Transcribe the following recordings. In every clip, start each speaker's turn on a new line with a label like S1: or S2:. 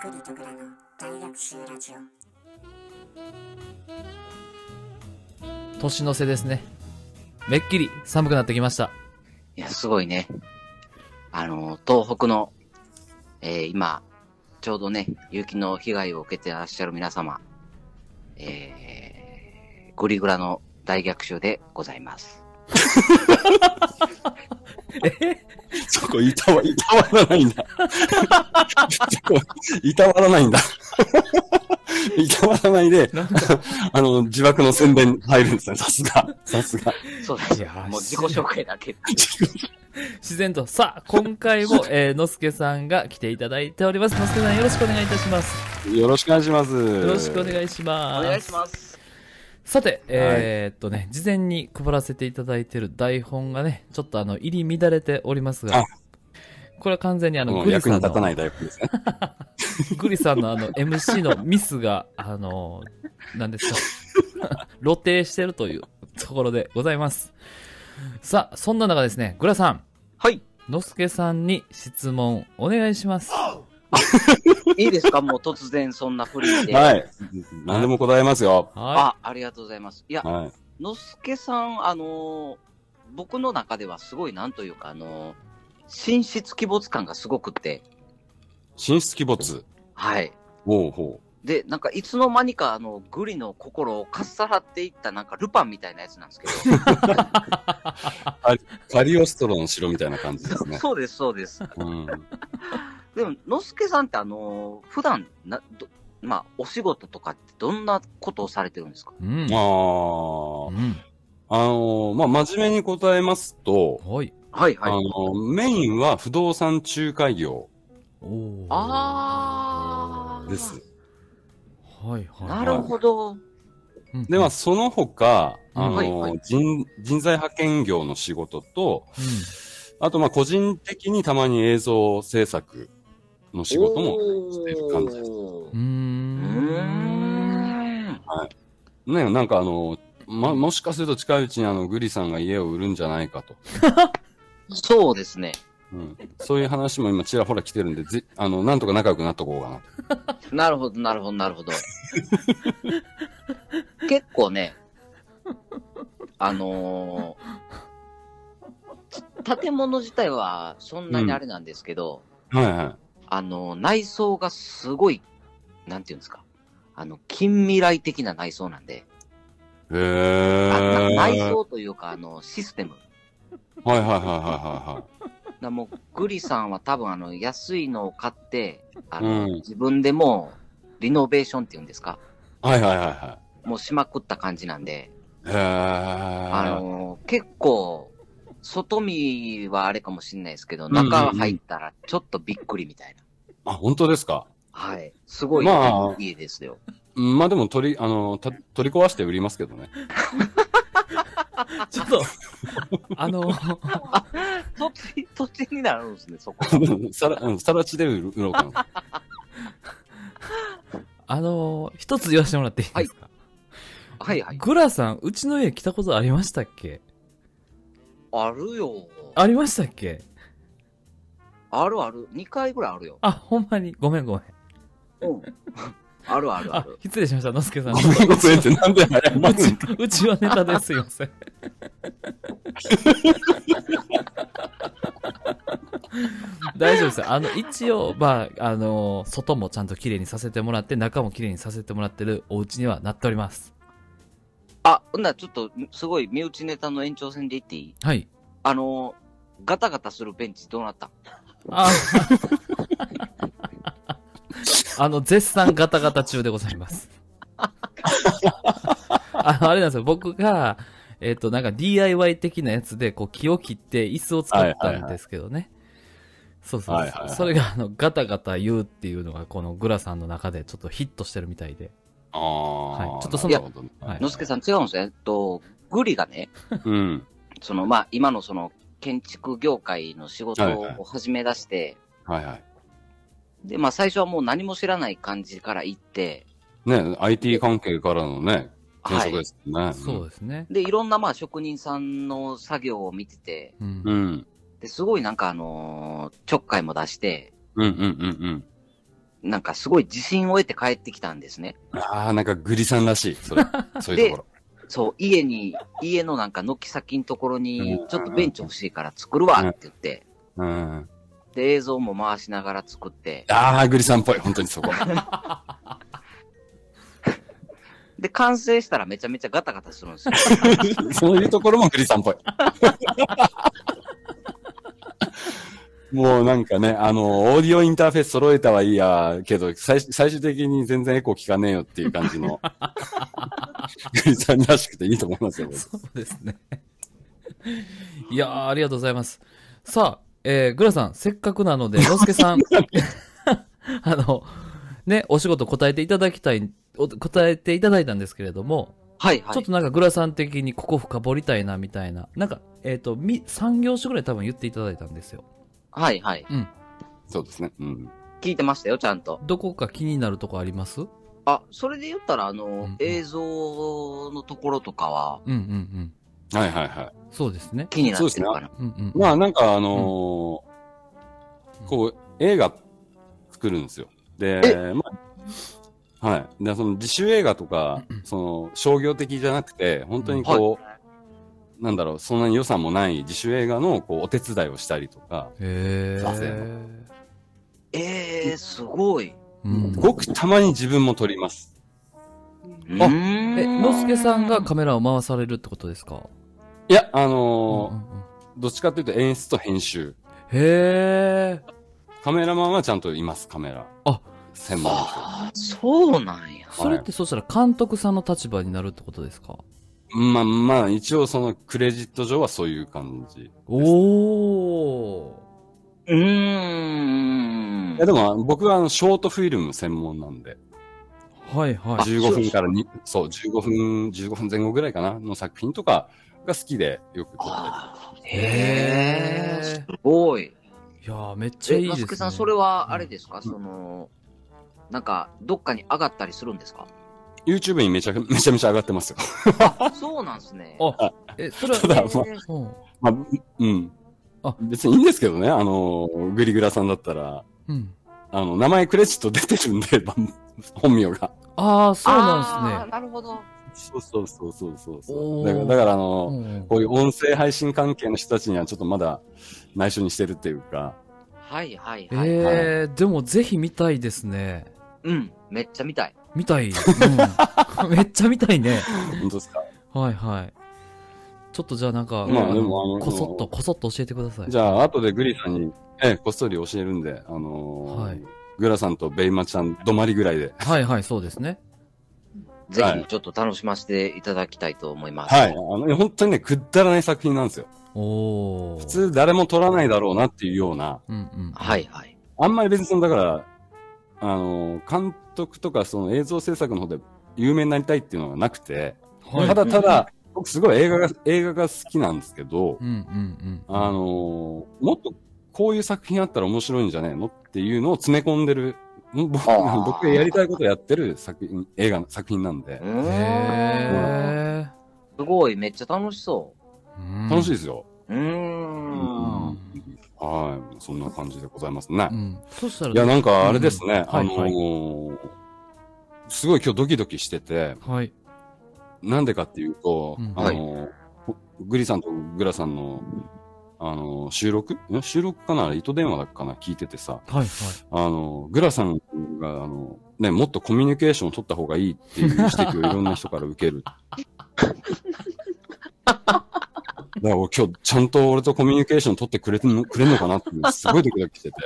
S1: くりとぐらの大学習ラジオ
S2: 年の瀬ですね。めっきり寒くなってきました。
S3: いや、すごいね。あの、東北の、えー今、ちょうどね、雪の被害を受けてらっしゃる皆様、えー、グリグラの大逆襲でございます。
S4: そこ、いたわ、いたわらないんだ。そこ、いたわらないんだ。いたわらないで、あの、自爆の宣伝入るんですね。さすが。さすが。
S3: そうです
S2: いやー
S3: もう自己紹介だけ。
S2: 自然と。さあ、今回も、えー、のすけさんが来ていただいております。のすけさんよろしくお願いいたします。
S4: よろしくお願いします。
S2: よ
S4: よ
S2: ろしくお願いし
S3: お
S2: ます。
S3: 願いします。
S2: さて、えーっとね、事前に配らせていただいている台本がね、ちょっとあの、入り乱れておりますが
S4: あ、
S2: これは完全にあの、
S4: も
S2: グ
S4: う
S2: リ
S4: 役
S2: さ
S4: に
S2: ん
S4: 立たな
S2: の、
S4: い大学ですね。
S2: グリさんのあの、MC のミスが、あの、なんですか、 露呈してるというところでございます。さあ、そんな中ですね、グラさん、
S3: はい。
S2: のすけさんに質問お願いします。
S3: いいですかもう突然そんなフリーで。
S4: はい。何でも答えますよ。
S2: は
S3: あ、ありがとうございます。いや、
S4: は
S3: のすけさん、あのー僕の中ではすごい、なんというか、あのー神出鬼没感がすごくって、
S4: い。神出鬼没。
S3: はい。
S4: ほうほ
S3: で、なんかいつの間にかあのグリの心をかっさらっていったなんかルパンみたいなやつなんですけど、
S4: う。カリオストロの城みたいな感じですね。
S3: そうです、そうです。
S4: うん。
S3: でも、のすけさんってあのー普段など、まあ、お仕事とかってどんなことをされてるんですか
S2: い。うん。
S4: まあ
S2: う、ん。
S4: あのまあ、真面目に答えますと、
S2: はい。
S3: はいは
S4: あ
S3: い。
S4: の、メインは不動産仲介業
S2: おー
S3: あー
S4: です。
S2: はいはい。
S3: なるほど。
S2: うん
S4: で、まあ、、その他、
S2: うん
S4: あの、
S3: はいはい
S4: 人、人材派遣業の仕事と、あと、まあ、個人的にたまに映像制作の仕事も、してる感じです
S3: お
S2: う
S3: ーう
S2: ん。う
S3: ー
S2: ーん。
S3: ん。
S4: ね、なんかあの、ま、もしかすると近いうちにあの、グリさんが家を売るんじゃないかと。
S3: そうですね。
S4: うん。そういう話も今、ちらほら来てるんで、ぜ、あの、なんとか仲良くなっとこうかなと。
S3: なるほど、なるほど、なるほど。 結構ね、あのー建物自体はそんなにあれなんですけど、
S4: はいは
S3: あのー内装がすごい、なんていうんですか、あの、近未来的な内装なんで、
S4: い。へ
S3: あ
S4: え。
S3: な内
S4: はい
S3: 装というか、あの、システム。
S4: はいはいはいはいはい。
S3: だもう、グリさんは多分、あの、安いのを買って、あの、
S4: うん
S3: 自分でもう、リノベーションっていうんですか、
S4: はいはいはいは
S3: もうしまくった感じなんで、
S4: い。へえ。
S3: あ
S4: あ
S3: のー結構、外見はあれかもしれないですけど、
S4: んうんうん
S3: 中入ったらちょっとびっくりみたいな。
S4: あ、本当ですか
S3: はい。すごい、
S4: まあ
S3: いいですよ。
S4: うんまあでも取り、あの、た取り壊して売ります けどね。
S2: ちょっと、あの、
S3: 土地、土地になるんですね、そこ。
S4: さら、うんさらちで売る売ろうか な。
S2: あの、一つ言わせてもらっていいですか
S3: はいはい。
S2: グラさん、うちの家来たことありましたっけ
S3: あるよ。
S2: ありましたっけ
S3: あるある。2回ぐらいあるよ。
S2: あ、ほんまに。ごめんごめん。
S3: うん。あるあるあ
S2: あ
S3: る。、
S2: 失礼しました、のすけさん。
S4: ごめんごめんってなん で謝る
S2: うち、うちはネタです。すいま せん。大丈夫ですよ。あの、一応、まあ、あの、外もちゃんと綺麗にさせてもらって、中も綺麗にさせてもらってるお家にはなっております。
S3: あ、ほんならちょっと、すごい身内ネタの延長戦で言っていい
S2: はい。
S3: あのーガタガタするベンチどうなった
S2: あ あの、絶賛ガタガタ中でございます。あの、あれなんですよ。僕が、えっ、と、なんか DIY 的なやつで、こう、木を切って椅子を作ったんですけどね。そうそうそう、
S4: はいはいはい
S2: それが、あの、ガタガタ言うっていうのが、このグラさんの中でちょっとヒットしてるみたいで。
S4: ああ、
S2: はいちょっとその
S4: なるほどね
S2: はい
S3: のすけさん違うんですよ。えっと、グリがね、
S4: うん。
S3: その、まあ、今のその、建築業界の仕事
S4: はいはい
S3: を始め出して、
S4: はいはい。
S3: で、まあ、最初はもう何も知らない感じから行って、
S4: ね、IT 関係からのね、転職ですね。
S2: そうですね。
S3: で、いろんな、まあ、職人さんの作業を見てて、
S2: うん。
S4: うん。うん。
S3: で、すごいなんか、あのーちょっかいも出して、
S4: うんうんうんうん。
S3: なんかすごい自信を得て帰ってきたんですね。
S4: ああ、なんかグリさんらしい、 それ。そういうとこ
S3: そう、家に、家のなんか軒先のところに、ちょっとベンチ欲しいから作るわって言って、
S4: ろ。うん。
S3: で、映像も回しながら 作って、
S4: ああ、グリさんっぽい、本当にそこ。
S3: で、完成したらめちゃめちゃガタガタするん ですよ。
S4: そういうところもグリさんっぽい。もうなんかね、あの、オーディオインターフェース揃えたはいいやけど、最最終的に全然エコー聞かねえよっていう感じの、グリさんらしくていいと思いますよ。
S2: そうですね。 いやー、ありがとうございます。さあ、えー、グラさん、せっかくなので、のすけさん、 あの、ね、お仕事答えていただきたい、お答えていただいたんですけれども、
S3: はいはい。
S2: ちょっとなんかグラさん的にここ深掘りたいな、みたいな。なんか、えっ、と、み、3行種ぐらい多分言っていただいたんですよ。
S3: はいはい。
S4: そうですね。うん。
S3: 聞いてましたよ、ちゃんと。
S2: どこか気になるとこありますうん
S3: あ、それで言ったら、あの、
S2: ん
S3: 映像のところとかは
S2: うんうん。
S4: はいはいは
S2: そうですね。
S3: 気になってるから。
S2: うんうん。
S4: い。まあなんかあのー
S2: うん
S4: こう、映画作るんですよ。で、まあ、はい。で、その自主映画とか、その商業的じゃなくて、本当にこう、
S3: はい
S4: なんだろう、そんなに予算もない自主映画のこうお手伝いをしたりとか、
S2: へ
S4: 撮影
S2: ー。
S3: えー、すごい。
S2: うん
S4: ごくたまに自分も撮ります。
S3: え、
S2: え、のすけさんがカ
S3: か
S2: メラを回されるってことですか
S4: いや、あ
S2: うんう
S4: の
S2: んうん
S4: ーどっちかっていうと演出と編集。
S2: へえ。
S4: カメラマンはちゃんといます、カメラ。
S2: あ
S4: 専門の人
S3: あーそうなんや。
S2: それってそしたら監督さんの立場になるってことですか
S4: まあまあ、一応そのクレジット上はそういう感じ。い
S2: おー。
S3: うーん
S4: や、。でも僕はあのショートフィルム専門なんで、
S2: はいはい。
S4: 15分からに、そう、15分、15分前後ぐらいかなの作品とかが好きでよく撮って
S3: あーへえ、すごい。
S2: いやーめっちゃい
S3: え、
S2: いで
S3: の
S2: す
S3: す
S2: ね。
S3: けさん、それは、あれですか、その、なんか、どっかに上がったりするんですか
S4: る。YouTube にめちゃ めちゃめちゃ上がってますよ。
S3: あそうなんですね。
S2: あ、え、それは、
S4: ただ、まあ、
S2: うん
S4: まあ、うん。
S2: あ
S4: 別にいいんですけどね、あの、グリグラさんだったら、
S2: うん。
S4: あの、名前クレジット出てるんで、 ばん本名が。
S2: ああ、そう
S3: あ
S2: なん
S3: ーなるほど。
S4: そうそうそうそうそうそ
S2: お
S4: う
S2: ー
S4: だから。だからあの、
S2: ですね。
S4: こういう音声配信関係の人たちにはちょっとまだ内緒にしてるっていうか、
S3: はいはいはい。
S2: えー、でもぜひ見たいですね。
S3: うん、めっちゃ見たい。
S2: 見たい。うん めっちゃ見たいね。
S4: 本当ですか。
S2: はいはい。ちょっとじゃあなんか、
S4: まあ
S2: の
S4: でもあの
S2: こそっと、こそっと教えてください。
S4: じゃあ、後でグリさんに、ええ、こっそり教えるんで、あのー
S2: はい
S4: グラさんとベイマちゃん止まりぐらいで。
S2: はいはい、そうですね。
S3: ぜ
S4: は
S3: ひ、
S4: い
S3: ちょっと楽しませていただきたいと思います。
S4: はい。あの、本当にね、くだらない作品なんですよ。
S2: おー。
S4: 普通誰も撮らないだろうなっていうような、
S2: うんうん。
S3: はいはい。
S4: あんまり別にその、だから、あの、監督とかその映像制作の方で有名になりたいっていうのがなくて、
S2: はい。
S4: ただただ、僕すごい映画が、映画が好きなんですけど、
S2: うんうんうん。
S4: あの、もっとこういう作品あったら面白いんじゃねえのっていうのを詰め込んでる、ん僕
S3: あー
S4: 僕がやりたいことやってる作品、映画の作品なんで
S3: う、ーん。
S2: へ
S3: すごい、めっちゃ楽しそ
S2: ー。
S4: 楽しい
S2: い。
S4: ですよ。
S3: う。うーん。
S4: はい。そんな感じでございますね
S2: う。ん。そした
S4: いや、
S2: ら、
S4: なんかあれですね、
S2: うん
S4: あのー
S2: はい
S4: すごい今日ドキドキしてて、
S2: はい。
S4: なんでかっていうと、
S2: うん
S4: あの、グリさんとグラさんの、あの、収録ん収録かな糸電話だっけかな聞いててさ、
S2: はいはい。
S4: あの、グラさんが、あの、ね、もっとコミュニケーションを取った方がいいっていう指摘をいろんな人から受ける。 だから俺今日ちゃんと俺とコミュニケーション取ってくれてんのくれんのかなっていうすごいドキドキしてて。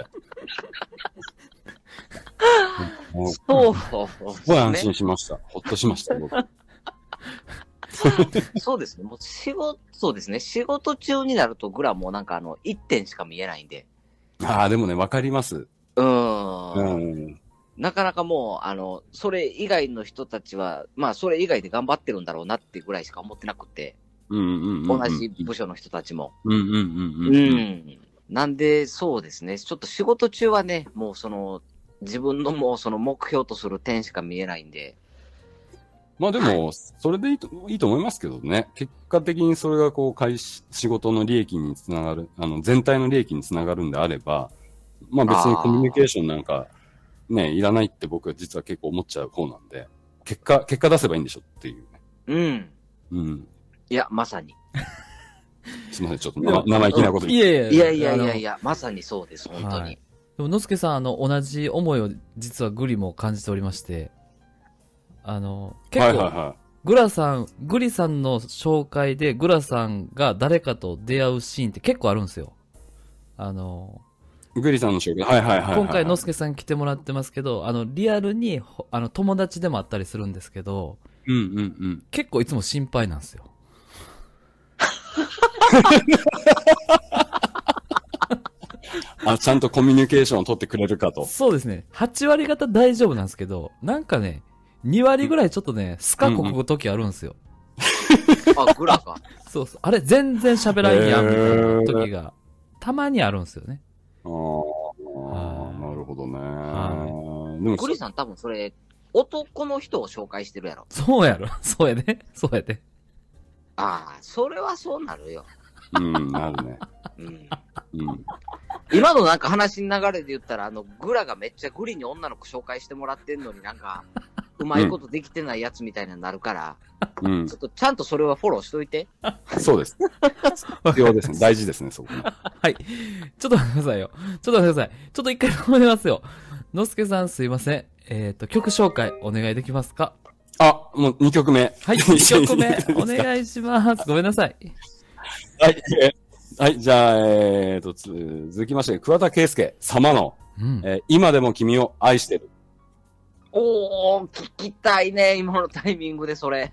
S4: もう
S3: そう。
S4: すごい安心しました。ほっとしました。僕
S3: そうですね。もう仕事、そうですね。仕事中になると、グラもうなんかあの、一点しか見えないんで。
S4: ああ、でもね、わかります。
S3: う
S4: う
S3: ーん。
S4: ん。
S3: なかなかもう、あの、それ以外の人たちは、まあ、それ以外で頑張ってるんだろうなってぐらいしか思ってなくて、
S4: うんうんうんう
S3: 同
S4: ん。
S3: じ部署の人たちも。
S4: うんう
S3: う
S4: んうんうん。
S3: ん。なんで、そうですね。ちょっと仕事中はね、もうその、自分のもうその目標とする点しか見えないんで。
S4: まあでも、それでいいといいと思いますけどね。結果的にそれがこう、会社仕事の利益につながる、あの、全体の利益につながるんであれば、まあ別にコミュニケーションなんか、ね、いらないって僕は実は結構思っちゃう方なんで、結果、結果出せばいいんでしょっていうね。
S3: うん。
S4: うん。
S3: いや、まさに。
S4: すみません、ちょっと生生意気なこと
S2: い
S4: 言って。
S2: やいや
S3: いやいやいやい
S2: や。
S3: や、まさにそうです、本当に。
S2: でも、のすけさん、あの、同じ思いを実はグリも感じておりまして、あの、結
S4: はい
S2: 構、
S4: はいは
S2: グラさん、グリさんの紹介でグラさんが誰かと出会うシーンって結構あるんですよ。あの、
S4: い。グリさんの紹介。はいはいはいはい。
S2: 今回のすけさん来てもらってますけど、あの、リアルにほ、あの、友達でもあったりするんですけど、
S4: うんうんうん。
S2: 結構いつも心配なんですよ。
S4: あ、ちゃんとコミュニケーションを取ってくれるかと。
S2: そうですね。8割方大丈夫なんですけど、なんかね、2割ぐらいちょっとね、スカこく時あるんですよ。
S3: あ、グラが。
S2: そうそう。あれ、全然喋らんやん、みたいな時
S4: へ
S2: が、たまにあるんですよね。
S4: ああ、なるほどね。でも
S3: グリさん多分それ、男の人を紹介してるやろ。
S2: そうやろ。 そうやで。そうやで。
S3: ああ、それはそうなるよ。
S4: うん、なるね。
S3: うん。
S4: うん。
S3: 今のなんか話の流れで言ったら、あの、グラがめっちゃグリに女の子紹介してもらってんのになんか、うまいことできてないやつみたいになるから、
S4: うん
S3: ちょ。っとちゃんとそれはフォローしといて。
S4: そ うです。必要ですね。大事ですね、そこね。
S2: はい。ちょっと待ってくださいよ。ちょっと待ってください。ちょっと一回止めますよ。のすけさんすいません。えっ、と、曲紹介お願いできますか
S4: あ、もう2曲目。
S2: はい、2曲目、お願いします。ごめんなさい。
S4: はい。えーはい、じゃあ、えーと、つ続きまして、桑田佳祐様の、
S2: うん。
S4: えー今でも君を愛してる。
S3: おー、聞きたいね、今のタイミングでそれ。